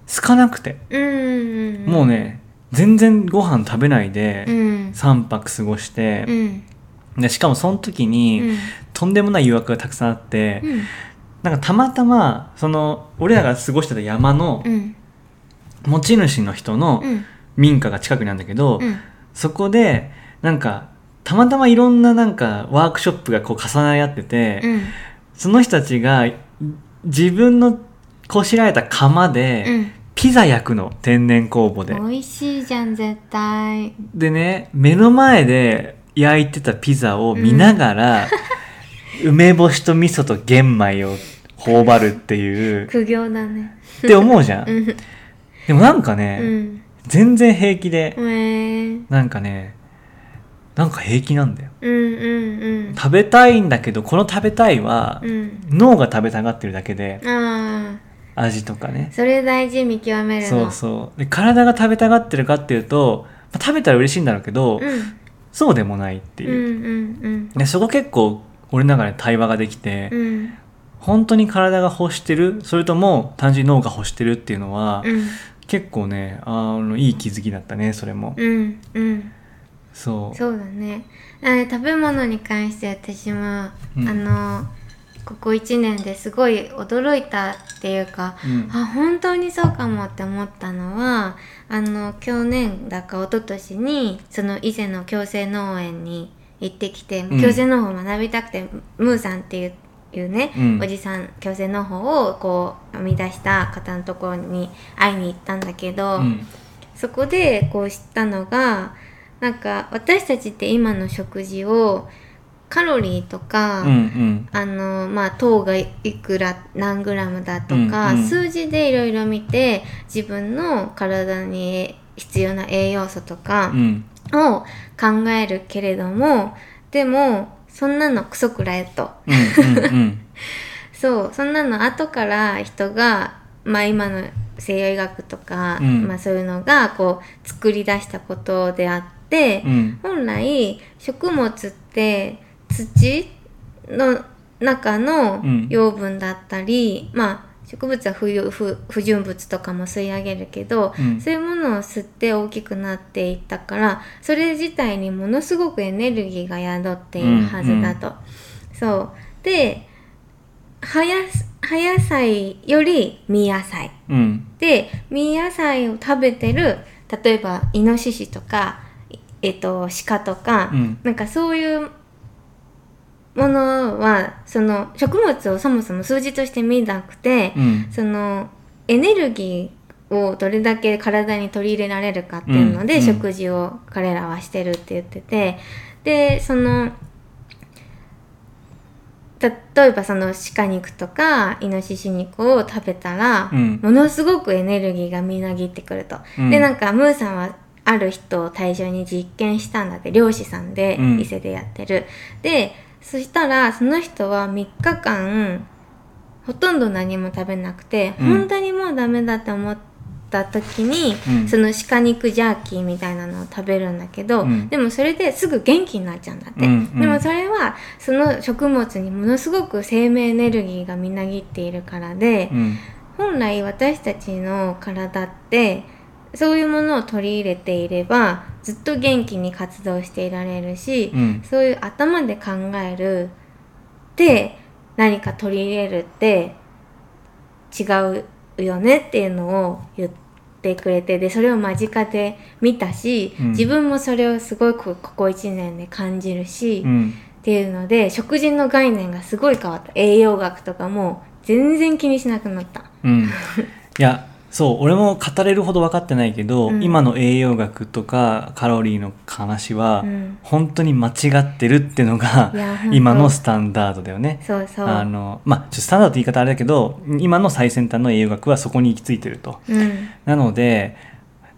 Speaker 2: 空かなくて、
Speaker 1: うん
Speaker 2: もうね全然ご飯食べないで
Speaker 1: うん
Speaker 2: 3泊過ごして
Speaker 1: う、ん
Speaker 2: でしかもその時
Speaker 1: う
Speaker 2: に、
Speaker 1: ん
Speaker 2: とんでもない誘惑がたくさんあって、
Speaker 1: うん
Speaker 2: なんかたまたまその俺らが過ごしてた山の
Speaker 1: うん
Speaker 2: 持ち主の人の
Speaker 1: うん
Speaker 2: 民家が近くにあるんだけど、
Speaker 1: うん
Speaker 2: そこでなんかたまたまいろんななんかワークショップがこう重なり合ってて、
Speaker 1: うん
Speaker 2: その人たちが自分のこしらえた釜
Speaker 1: う
Speaker 2: で
Speaker 1: ん
Speaker 2: ピザ焼くの天然酵母で
Speaker 1: 美味しいじゃん絶対
Speaker 2: でね目の前で焼いてたピザを見ながら、梅干しと味噌と玄米を頬張るっていう
Speaker 1: 苦行だね
Speaker 2: って思うじゃん、
Speaker 1: うん
Speaker 2: でもなんかね、
Speaker 1: うん
Speaker 2: 全然平気で、
Speaker 1: えー、
Speaker 2: なんかねなんか平気なんだよ
Speaker 1: うんうんうん
Speaker 2: 食べたいんだけどこの食べたいは、
Speaker 1: うん
Speaker 2: 脳が食べたがってるだけで
Speaker 1: あ
Speaker 2: 味とかね
Speaker 1: あそれ大事見極める
Speaker 2: そ
Speaker 1: の
Speaker 2: うそうで体が食べたがってるかっていうと、まあ食べたら嬉しいんだろうけど、
Speaker 1: うん
Speaker 2: そうでもないって
Speaker 1: う
Speaker 2: いう、
Speaker 1: んうん
Speaker 2: でそこ結構俺の中で対話ができて、
Speaker 1: うんうん
Speaker 2: 本当に体が欲してるそれとも単純に脳が欲してるっていうのは、
Speaker 1: うん
Speaker 2: 結構ねあのいい気づきだったねそれも、
Speaker 1: うんうん
Speaker 2: そう
Speaker 1: そうだねあの食べ物に関して私も、
Speaker 2: うん
Speaker 1: あのここ1年ですごい驚いたっていうか、
Speaker 2: うん
Speaker 1: あ本当にそうかもって思ったのはあの去年だか一昨年にその伊勢の共生農園に行ってきて
Speaker 2: ん
Speaker 1: 共生農法を学びたくて、ムーさんっていういうね、
Speaker 2: うん
Speaker 1: おじさん共生農法をこう生み出した方のところに会いに行ったんだけど、
Speaker 2: うん
Speaker 1: そこでこう知ったのがなんか私たちって今の食事をカロリーとか、
Speaker 2: うんうん
Speaker 1: あのまあ、糖がいくら何グラムだとか、
Speaker 2: うんうん
Speaker 1: 数字でいろいろ見て自分の体に必要な栄養素とか
Speaker 2: うん
Speaker 1: を考えるけれども、でもそんなのクソくらえと
Speaker 2: うんうんうん
Speaker 1: そうそんなの後から人が、まあ、今の西洋医学とか、
Speaker 2: うん
Speaker 1: まあ、そういうのがこう作り出したことであって、
Speaker 2: うん
Speaker 1: 本来食物って土の中の
Speaker 2: うん
Speaker 1: 養分だったり、まあ植物は不要不不純物とかも吸い上げるけど、
Speaker 2: うん
Speaker 1: そういうものを吸って大きくなっていったからそれ自体にものすごくエネルギーが宿っているはずだと。そうで葉やす葉野菜より実野菜。
Speaker 2: うん
Speaker 1: で実野菜を食べてる例えばイノシシとか、いえっと鹿とか、
Speaker 2: うん
Speaker 1: なんかそういうものはその食物をそもそも数字として見なくて、
Speaker 2: うん
Speaker 1: そのエネルギーをどれだけ体に取り入れられるかっていうので、
Speaker 2: うんうん
Speaker 1: 食事を彼らはしてるって言っててでその例えばその鹿肉とかイノシシ肉を食べたら、
Speaker 2: うん
Speaker 1: ものすごくエネルギーがみなぎってくると、
Speaker 2: うん
Speaker 1: でなんかムーさんはある人を対象に実験したんだって漁師さんで、
Speaker 2: うん
Speaker 1: 伊勢でやってるでそしたらその人は3日間ほとんど何も食べなくて、
Speaker 2: うん
Speaker 1: 本当にもうダメだって思った時に、
Speaker 2: うん
Speaker 1: その鹿肉ジャーキーみたいなのを食べるんだけど、
Speaker 2: うん
Speaker 1: でもそれですぐ元気になっちゃうんだって、
Speaker 2: うんうん
Speaker 1: でもそれはその食物にものすごく生命エネルギーがみなぎっているからで、
Speaker 2: うん
Speaker 1: 本来私たちの体ってそういうものを取り入れていればずっと元気に活動していられるし、
Speaker 2: うん
Speaker 1: そういう頭で考えるって何か取り入れるって違うよねっていうのを言ってくれてでそれを間近で見たし、
Speaker 2: うん
Speaker 1: 自分もそれをすごくここ1年で感じるし、
Speaker 2: うん
Speaker 1: っていうので食事の概念がすごい変わった栄養学とかも全然気にしなくなった。
Speaker 2: うん、いやそう俺も語れるほど分かってないけど、
Speaker 1: うん
Speaker 2: 今の栄養学とかカロリーの話は、
Speaker 1: うん
Speaker 2: 本当に間違ってるってのが
Speaker 1: いや本当
Speaker 2: 今のスタンダードだよね。
Speaker 1: そうそう。
Speaker 2: あのまあ、ちょっとスタンダードって言い方あれだけど今の最先端の栄養学はそこに行き着いてると。
Speaker 1: うん、
Speaker 2: なので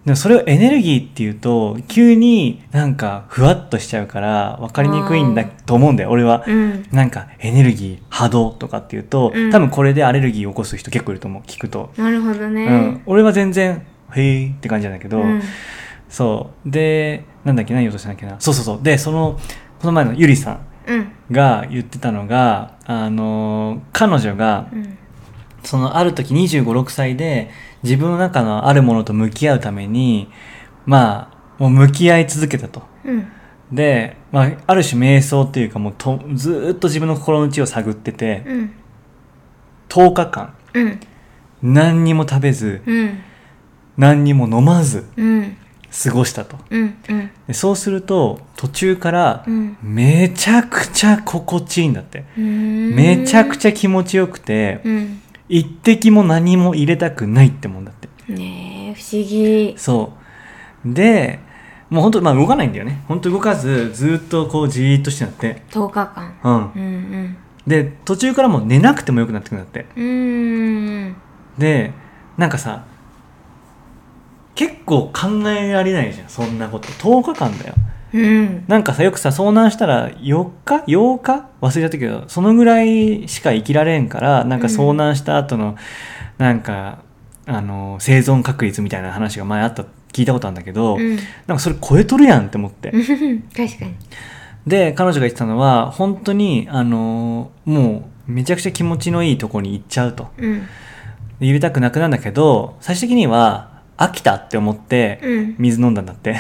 Speaker 2: でもそれをエネルギーっていうと急になんかふわっとしちゃうから分かりにくいんだ
Speaker 1: あ
Speaker 2: と思うんだよ俺は。
Speaker 1: うん、
Speaker 2: なんかエネルギー波動とかっていうと、
Speaker 1: うん
Speaker 2: 多分これでアレルギーを起こす人結構いると思う聞くと、
Speaker 1: なるほどね。
Speaker 2: うん、俺は全然「へーって感じなんだけど、
Speaker 1: うん
Speaker 2: そうでなんだっけ何言おうとしたんだっけなそうそうそうでそのこの前のゆりさ
Speaker 1: うん、
Speaker 2: んが言ってたのがあのー彼女が
Speaker 1: うん、
Speaker 2: そのある時2 5 6歳で自分の中のあるものと向き合うためにまあもう向き合い続けたと。
Speaker 1: うん、
Speaker 2: で、まあ、ある種瞑想っていうかもうとずーっと自分の心の内を探ってて、
Speaker 1: うん、
Speaker 2: 10日間
Speaker 1: うん、
Speaker 2: 何にも食べず
Speaker 1: うん、
Speaker 2: 何にも飲まず
Speaker 1: うん、
Speaker 2: 過ごしたと
Speaker 1: うん、うん、
Speaker 2: でそうすると途中から
Speaker 1: うん
Speaker 2: めちゃくちゃ心地いいんだって、
Speaker 1: うん、
Speaker 2: めちゃく
Speaker 1: ゃ、
Speaker 2: ちゃ気持ちよくて
Speaker 1: うん、
Speaker 2: 一滴も何も入れたくないってもんだって
Speaker 1: ね思議
Speaker 2: そうでもう本当まあ動かないんだよね本当動かずずっとこうじーっとしてなって
Speaker 1: 10日間
Speaker 2: うん
Speaker 1: うんうん
Speaker 2: で途中からもう寝なくてもよくなってくるんだって
Speaker 1: うーん
Speaker 2: でなんかさ結構考えられないじゃんそんなこと10日間だよ
Speaker 1: うん
Speaker 2: なんかさよくさ遭難したら4日8日忘れちゃったけどそのぐらいしか生きられんからなんか
Speaker 1: うん
Speaker 2: 遭難した後の、なんかあの生存確率みたいな話が前あった聞いたことあるんだけど、
Speaker 1: うん
Speaker 2: なんかそれ超えとるやんって思って、
Speaker 1: 確かに
Speaker 2: で彼女が言ってたのは本当にあのもうめちゃくちゃ気持ちのいいとこに行っちゃうと
Speaker 1: うん
Speaker 2: で入れたくなくなんだけど最終的には飽きたって思って
Speaker 1: うん
Speaker 2: 水飲んだんだって、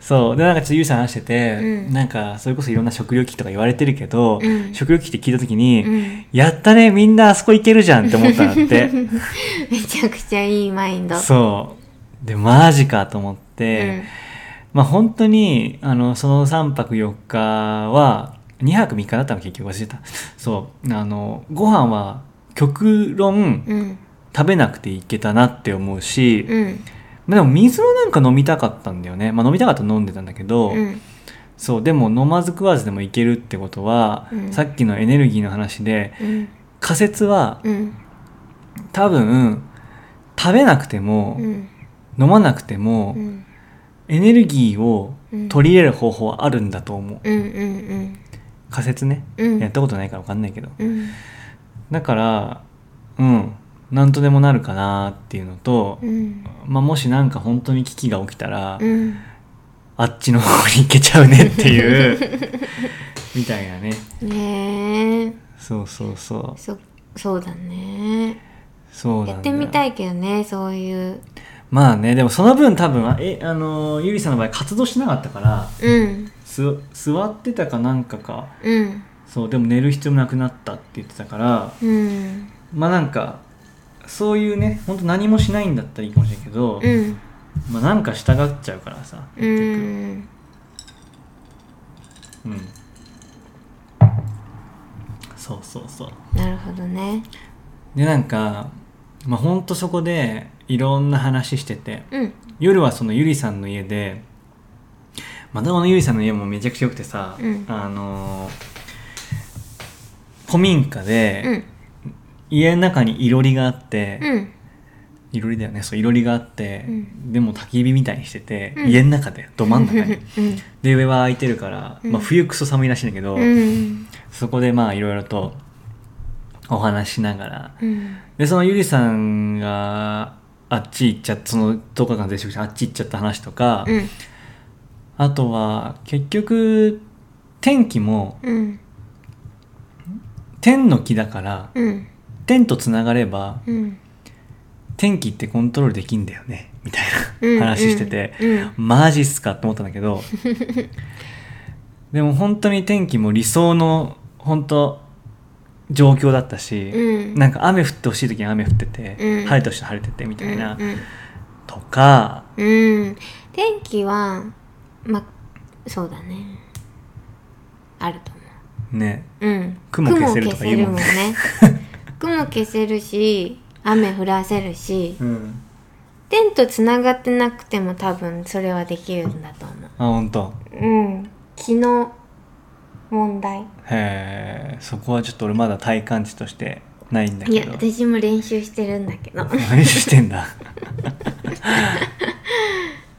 Speaker 2: そうでなんかちょっとゆうさん話してて、
Speaker 1: うん
Speaker 2: なんかそれこそいろんな食料危機とか言われてるけど、
Speaker 1: うん
Speaker 2: 食料危機って聞いた時に、
Speaker 1: うん
Speaker 2: やったねみんなあそこ行けるじゃんって思ったんだって
Speaker 1: [LAUGHS] めちゃくちゃいいマインド
Speaker 2: そうでマジかと思って、
Speaker 1: うん
Speaker 2: まあ本当に、あの、その3泊4日は、2泊3日だったの結局忘れた。そう。あの、ご飯は極論
Speaker 1: うん
Speaker 2: 食べなくていけたなって思うし、
Speaker 1: うん
Speaker 2: まあでも水もなんか飲みたかったんだよね。まあ飲みたかったら飲んでたんだけど、
Speaker 1: うん
Speaker 2: そう、でも飲まず食わずでもいけるってことは、
Speaker 1: うん
Speaker 2: さっきのエネルギーの話で、
Speaker 1: うん
Speaker 2: 仮説は
Speaker 1: うん
Speaker 2: 多分、食べなくても、
Speaker 1: うん
Speaker 2: 飲まなくても、
Speaker 1: うん
Speaker 2: エネルギーを取り入れる方法はあるんだと思う。
Speaker 1: うんうん
Speaker 2: 仮説ね。
Speaker 1: うん
Speaker 2: やったことないから分かんないけど
Speaker 1: うん
Speaker 2: だからうん何とでもなるかなっていうのと、
Speaker 1: うん
Speaker 2: まあ、もしなんか本当に危機が起きたら、
Speaker 1: うん
Speaker 2: あっちの方に行けちゃうねっていう
Speaker 1: [LAUGHS]
Speaker 2: みたいなね
Speaker 1: ねえ
Speaker 2: そうそうそう
Speaker 1: そそうだね
Speaker 2: そうなんだよ
Speaker 1: やってみたいけどねそういう
Speaker 2: まあねでもその分多分あえあのーゆりさんの場合活動しなかったから
Speaker 1: うん
Speaker 2: す座ってたかなんかか
Speaker 1: うん
Speaker 2: そうでも寝る必要もなくなったって言ってたから
Speaker 1: うん
Speaker 2: まあなんかそういうね本当何もしないんだったらいいかもしれないけど、
Speaker 1: うん
Speaker 2: まあ、なんか従っちゃうからさ
Speaker 1: う
Speaker 2: 結局
Speaker 1: ん
Speaker 2: うんそうそうそう
Speaker 1: なるほどね
Speaker 2: でなんかまあほんとそこでいろんな話してて
Speaker 1: うん
Speaker 2: 夜はそのゆりさんの家でまたこのゆりさんの家もめちゃくちゃ良くてさ、
Speaker 1: うん
Speaker 2: あのー古民家で、
Speaker 1: うん
Speaker 2: 家の中にいろりがあって、
Speaker 1: うん
Speaker 2: いろりだよねそういろりがあって、
Speaker 1: うん
Speaker 2: でも焚き火みたいにしてて、
Speaker 1: うん
Speaker 2: 家の中でど真ん中
Speaker 1: [LAUGHS]
Speaker 2: に
Speaker 1: うん
Speaker 2: で上は空いてるから、
Speaker 1: うん
Speaker 2: まあ、冬クソ寒いらしいんだけど、
Speaker 1: うん
Speaker 2: そこでまあいろいろとお話しながら
Speaker 1: うん
Speaker 2: でそのゆりさんがあっち行っちゃったその10日間絶食してあっち行っちゃった話とか、
Speaker 1: うん
Speaker 2: あとは結局天気も
Speaker 1: うん
Speaker 2: 天の気だから
Speaker 1: うん
Speaker 2: 天とつながれば
Speaker 1: うん
Speaker 2: 天気ってコントロールできんだよねみたい
Speaker 1: うん
Speaker 2: な話してて、
Speaker 1: うん
Speaker 2: マジっすかって思ったんだけどでも本当に天気も理想の本当状況だったし、
Speaker 1: うん
Speaker 2: なんか雨降ってほしい時に雨降ってて、
Speaker 1: うん
Speaker 2: 晴れてほしい時に晴れててみたいな、
Speaker 1: うん
Speaker 2: とか
Speaker 1: うん、うん、天気はまそうだねあると思
Speaker 2: ね
Speaker 1: ううん
Speaker 2: 雲消せるとか言うもんね
Speaker 1: 雲消せるもんね雲消せるし雨降らせるし
Speaker 2: うん
Speaker 1: 天とつながってなくても多分それはできるんだと思
Speaker 2: あ本当
Speaker 1: ううん気の問題
Speaker 2: へえそこはちょっと俺まだ体感値としてないんだ
Speaker 1: い
Speaker 2: け
Speaker 1: や
Speaker 2: ど
Speaker 1: 私も練習してるんだけど
Speaker 2: 何してんだ
Speaker 1: [LAUGHS]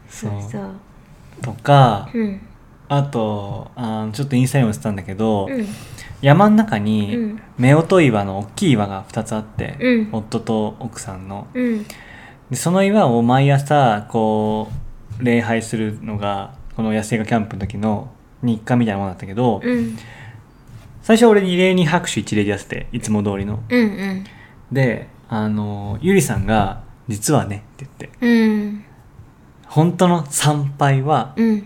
Speaker 2: そう
Speaker 1: そう
Speaker 2: とか
Speaker 1: うん
Speaker 2: あとあのちょっとインスタにも言ってたんだけど、
Speaker 1: うん
Speaker 2: 山の中
Speaker 1: う
Speaker 2: に
Speaker 1: ん
Speaker 2: 夫婦岩の大きい岩が2つあって、
Speaker 1: うん
Speaker 2: 夫と奥さんの
Speaker 1: うん
Speaker 2: でその岩を毎朝こう礼拝するのがこの野生がキャンプの時の日課みたいなものだったけど、
Speaker 1: うん
Speaker 2: 最初俺二礼に拍手一礼でやってていつも通りの
Speaker 1: うんうん
Speaker 2: であのゆりさんが「実はね」って言って
Speaker 1: うん
Speaker 2: 本当の参拝は
Speaker 1: うん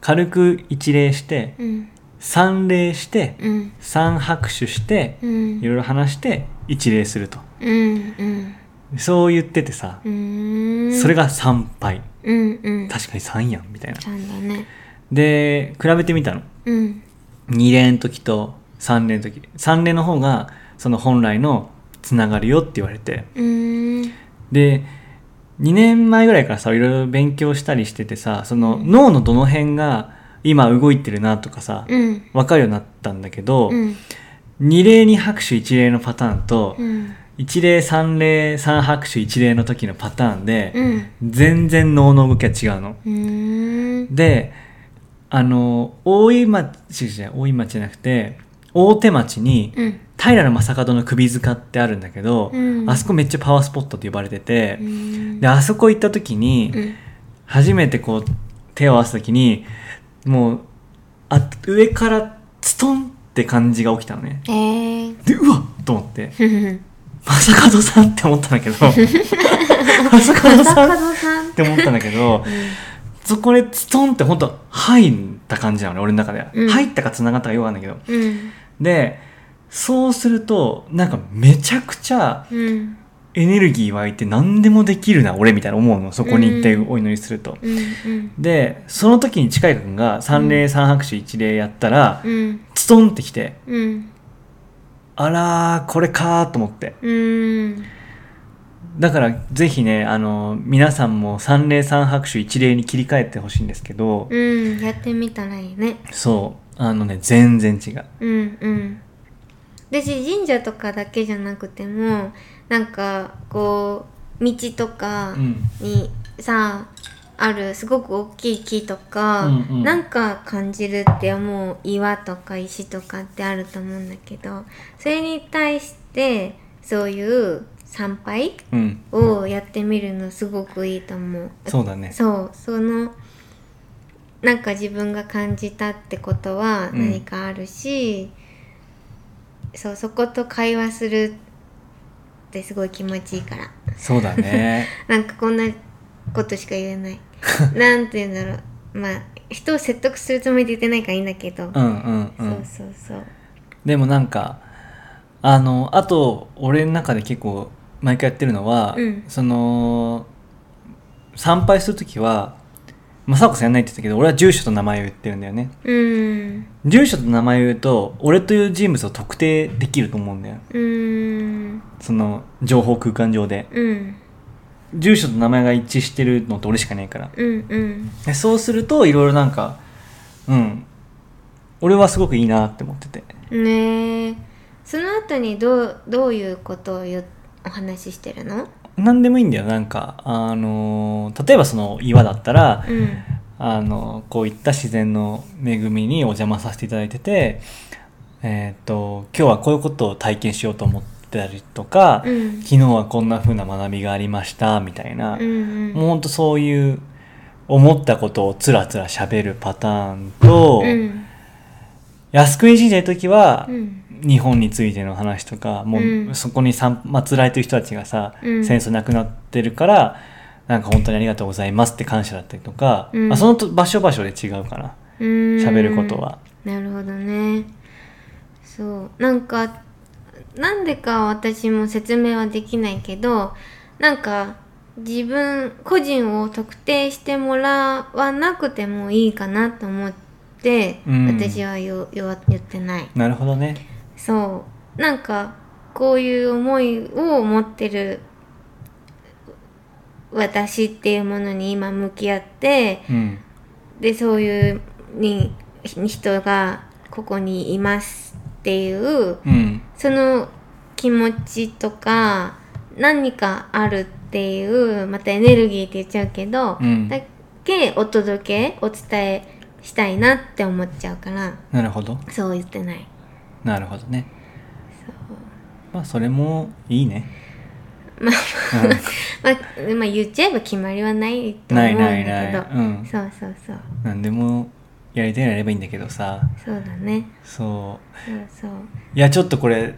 Speaker 2: 軽く一礼して
Speaker 1: うん
Speaker 2: 三礼して
Speaker 1: うん
Speaker 2: 三拍手して
Speaker 1: うん
Speaker 2: いろいろ話して一礼すると
Speaker 1: うんうん
Speaker 2: そう言っててさ
Speaker 1: うーん
Speaker 2: それが参拝
Speaker 1: うんうん
Speaker 2: 確かに3やんみたいな
Speaker 1: ちゃんだね
Speaker 2: で比べてみたの
Speaker 1: うん
Speaker 2: 2連の時と3連の時3連の方がその本来のつながるよって言われて
Speaker 1: うーん
Speaker 2: で2年前ぐらいからさいろいろ勉強したりしててさその
Speaker 1: うん
Speaker 2: 脳のどの辺が今動いてるなとかさ
Speaker 1: うん
Speaker 2: 分かるようになったんだけど、
Speaker 1: うん
Speaker 2: 二例に拍手一例のパターンと、
Speaker 1: うん
Speaker 2: 一例三例三拍手一例の時のパターンで、
Speaker 1: うん
Speaker 2: 全然脳の動きが違うの。
Speaker 1: うーん
Speaker 2: であの大井町じゃない大井町じゃなくて大手町に
Speaker 1: うん
Speaker 2: 平将門の首塚ってあるんだけど、
Speaker 1: うん
Speaker 2: あそこめっちゃパワースポットって呼ばれてて、
Speaker 1: うん
Speaker 2: であそこ行った時に、
Speaker 1: うん
Speaker 2: 初めてこう手を合わせた時にもうあ上からツトンって感じが起きたのね
Speaker 1: えー
Speaker 2: でうわっと思って
Speaker 1: ふふふ
Speaker 2: 正門さんって思ったんだけ [LAUGHS] ど正門さんっ
Speaker 1: 門さん
Speaker 2: て思ったんだけどそこでツトンって本当入った感じなのね俺の中では、
Speaker 1: うん
Speaker 2: 入ったか繋がったかよくわかんないけど
Speaker 1: うん
Speaker 2: でそうするとなんかめちゃくちゃ
Speaker 1: うん
Speaker 2: エネルギー湧いて何でもできるな俺みたいな思うのそこに行って
Speaker 1: うん
Speaker 2: お祈りすると、
Speaker 1: うんうん
Speaker 2: でその時に近い君が三礼三拍手一礼やったら、
Speaker 1: うん
Speaker 2: ツトンってきて
Speaker 1: うん
Speaker 2: あらーこれかーと思って
Speaker 1: うん
Speaker 2: だからぜひねあの皆さんも三礼三拍手一礼に切り替えてほしいんですけど、
Speaker 1: うんやってみたらいいね
Speaker 2: そうあのね全然違う
Speaker 1: うんうん私神社とかだけじゃなくてもなんかこう道とか
Speaker 2: うん
Speaker 1: にさあるすごく大きい木とか、
Speaker 2: うんうん
Speaker 1: なんか感じるって思う岩とか石とかってあると思うんだけどそれに対してそういう参拝
Speaker 2: うん
Speaker 1: をやってみるのすごくいいと思う。
Speaker 2: そうだね
Speaker 1: そうそのなんか自分が感じたってことは
Speaker 2: うん
Speaker 1: 何かあるし、そうそこと会話するってすごい気持ちいいから
Speaker 2: そうだね
Speaker 1: なんかこんなことしか言えない [LAUGHS] なんて言うんだろうまあ人を説得するつもりで言ってないからいいんだけど、
Speaker 2: うんうんうん
Speaker 1: そうそうそう
Speaker 2: でもなんかあのあと俺の中で結構毎回やってるのは、
Speaker 1: うん
Speaker 2: その参拝する時はまあ佐和子さんやんないって言ったけど俺は住所と名前を言ってるんだよね
Speaker 1: うん
Speaker 2: 住所と名前を言うと俺という人物を特定できると思うんだよ
Speaker 1: うん
Speaker 2: その情報空間上で
Speaker 1: うん
Speaker 2: 住所と名前が一致してるのって俺しかないから
Speaker 1: うんうん
Speaker 2: でそうするといろいろなんかうん俺はすごくいいなって思ってて
Speaker 1: ねえその後にどうどういうことを言うお話ししてるの
Speaker 2: 何でもいいんだよなんかあのー例えばその岩だったら、
Speaker 1: うん
Speaker 2: あのこういった自然の恵みにお邪魔させていただいててえーっ、と今日はこういうことを体験しようと思ってたりとか、
Speaker 1: うん
Speaker 2: 昨日はこんな風な学びがありましたみたいな、
Speaker 1: うん
Speaker 2: もうほんとそういう思ったことをつらつら喋るパターンと、
Speaker 1: うん
Speaker 2: 靖国神社の時は、
Speaker 1: うん
Speaker 2: 日本についての話とかも
Speaker 1: う
Speaker 2: うんそこにさん祀られてる人たちがさ、
Speaker 1: うん
Speaker 2: 戦争なくなってるからなんか本当にありがとうございますって感謝だったりとか、
Speaker 1: うん
Speaker 2: あそのと場所場所で違うかな喋
Speaker 1: 喋
Speaker 2: ることは。
Speaker 1: なるほどねそうなんかなんでか私も説明はできないけどなんか自分個人を特定してもらわなくてもいいかなと思って、
Speaker 2: うん
Speaker 1: 私は言う言わ言ってない
Speaker 2: なるほどね
Speaker 1: そうなんかこういう思いを持ってる私っていうものに今向き合って
Speaker 2: うん
Speaker 1: でそういうにひ人がここにいますっていう
Speaker 2: うん
Speaker 1: その気持ちとか何かあるっていうまたエネルギーって言っちゃうけど、
Speaker 2: うん
Speaker 1: だけお届けお伝えしたいなって思っちゃうから
Speaker 2: なるほど
Speaker 1: そう言ってない
Speaker 2: なるほどねまあそれもいいね
Speaker 1: まあ、まあ、言っちゃえば決まりはないと思
Speaker 2: な
Speaker 1: う
Speaker 2: い
Speaker 1: んだけ
Speaker 2: ない
Speaker 1: ど
Speaker 2: ないうん
Speaker 1: そうそうそう
Speaker 2: 何でもやりたいならやればいいんだけどさ
Speaker 1: そうだね
Speaker 2: そう
Speaker 1: そうそう
Speaker 2: いやちょっとこれ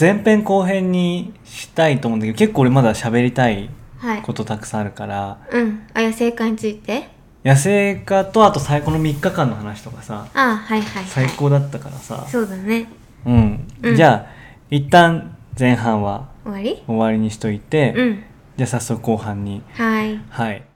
Speaker 2: 前編後編にしたいと思うんだけど結構俺まだ喋りたい
Speaker 1: はい
Speaker 2: ことたくさんあるから
Speaker 1: うんあ野生化について
Speaker 2: 野生化とあと最高の3日間の話とかさ
Speaker 1: あはいはい、はい、
Speaker 2: 最高だったからさ
Speaker 1: そうだね
Speaker 2: うん、
Speaker 1: うん
Speaker 2: じゃあ一旦前半は
Speaker 1: 終わり
Speaker 2: 終わりにしといて、
Speaker 1: うん
Speaker 2: じゃあ早速後半に
Speaker 1: はい
Speaker 2: はい